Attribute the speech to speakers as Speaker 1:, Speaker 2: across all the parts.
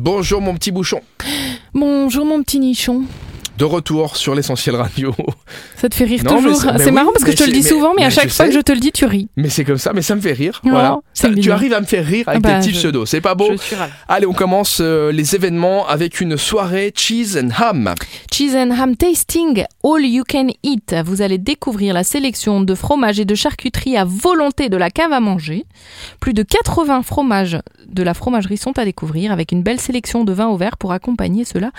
Speaker 1: Bonjour mon petit bouchon.
Speaker 2: Bonjour mon petit nichon.
Speaker 1: De retour sur l'essentiel radio.
Speaker 2: Ça te fait rire
Speaker 1: Non, mais
Speaker 2: toujours. Ah,
Speaker 1: c'est- mais
Speaker 2: C'est
Speaker 1: oui,
Speaker 2: marrant parce que
Speaker 1: mais
Speaker 2: je te le
Speaker 1: c'est-
Speaker 2: dis souvent, mais,
Speaker 1: mais-
Speaker 2: à
Speaker 1: mais
Speaker 2: chaque
Speaker 1: je
Speaker 2: fois que
Speaker 1: sais.
Speaker 2: je te le dis, tu ris.
Speaker 1: Mais c'est comme ça, mais ça me fait rire.
Speaker 2: Non,
Speaker 1: voilà.
Speaker 2: c'est
Speaker 1: Ça- tu
Speaker 2: mignon.
Speaker 1: arrives à me faire rire avec
Speaker 2: Oh, Ah bah,
Speaker 1: tes petits
Speaker 2: je-
Speaker 1: pseudos, c'est pas beau.
Speaker 2: suis ravie.
Speaker 1: Allez, on commence euh, les événements avec une soirée cheese and ham.
Speaker 2: Cheese and Ham Tasting All You Can Eat. Vous allez découvrir la sélection de fromages et de charcuteries à volonté de la cave à manger. Plus de 80 fromages de la fromagerie sont à découvrir avec une belle sélection de vins au verre pour accompagner cela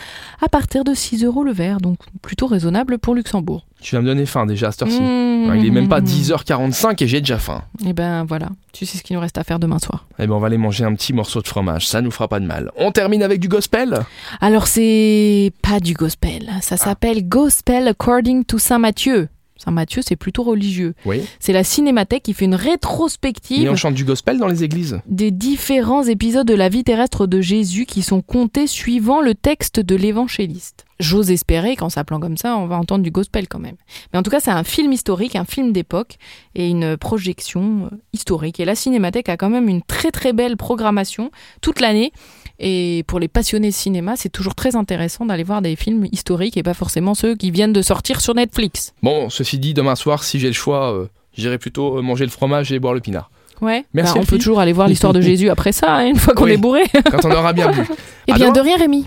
Speaker 2: à partir de 6 euros le verre, donc plutôt raisonnable pour Luxembourg.
Speaker 1: Tu vas me donner faim déjà à cette heure-ci.
Speaker 2: Mmh.
Speaker 1: Il est même pas 10h45 et j'ai déjà faim.
Speaker 2: Eh ben voilà, tu sais ce qu'il nous reste à faire demain soir.
Speaker 1: Eh ben on va aller manger un petit morceau de fromage, ça nous fera pas de mal. On termine avec du gospel
Speaker 2: Alors c'est pas du gospel,
Speaker 1: Ah.
Speaker 2: ça s'appelle Gospel According to Saint Matthieu. Saint Matthieu, c'est plutôt religieux.
Speaker 1: Oui.
Speaker 2: C'est la cinémathèque qui fait une
Speaker 1: Mais
Speaker 2: rétrospective
Speaker 1: on chante du gospel dans les églises.
Speaker 2: des différents épisodes de la vie terrestre de Jésus qui sont comptés suivant le texte de l'évangéliste. J'ose espérer qu'en s'appelant comme ça, on va entendre du gospel quand même. Mais en tout cas, c'est un film historique, un film d'époque et une projection euh, historique. Et la Cinémathèque a quand même une très très belle programmation toute l'année. Et pour les passionnés de cinéma, c'est toujours très intéressant d'aller voir des films historiques et pas forcément ceux qui viennent de sortir sur Netflix.
Speaker 1: Bon, ceci dit, demain soir, si j'ai le choix, euh, j'irai plutôt euh, manger le fromage et boire le pinard.
Speaker 2: Ouais.
Speaker 1: Merci,
Speaker 2: Bah, on
Speaker 1: Elfie.
Speaker 2: peut toujours aller voir l'histoire de Jésus après ça, hein, une fois qu'on
Speaker 1: Oui.
Speaker 2: est bourré.
Speaker 1: Quand on aura bien bu.
Speaker 2: Eh
Speaker 1: À
Speaker 2: bien,
Speaker 1: demain.
Speaker 2: de rien, Rémi.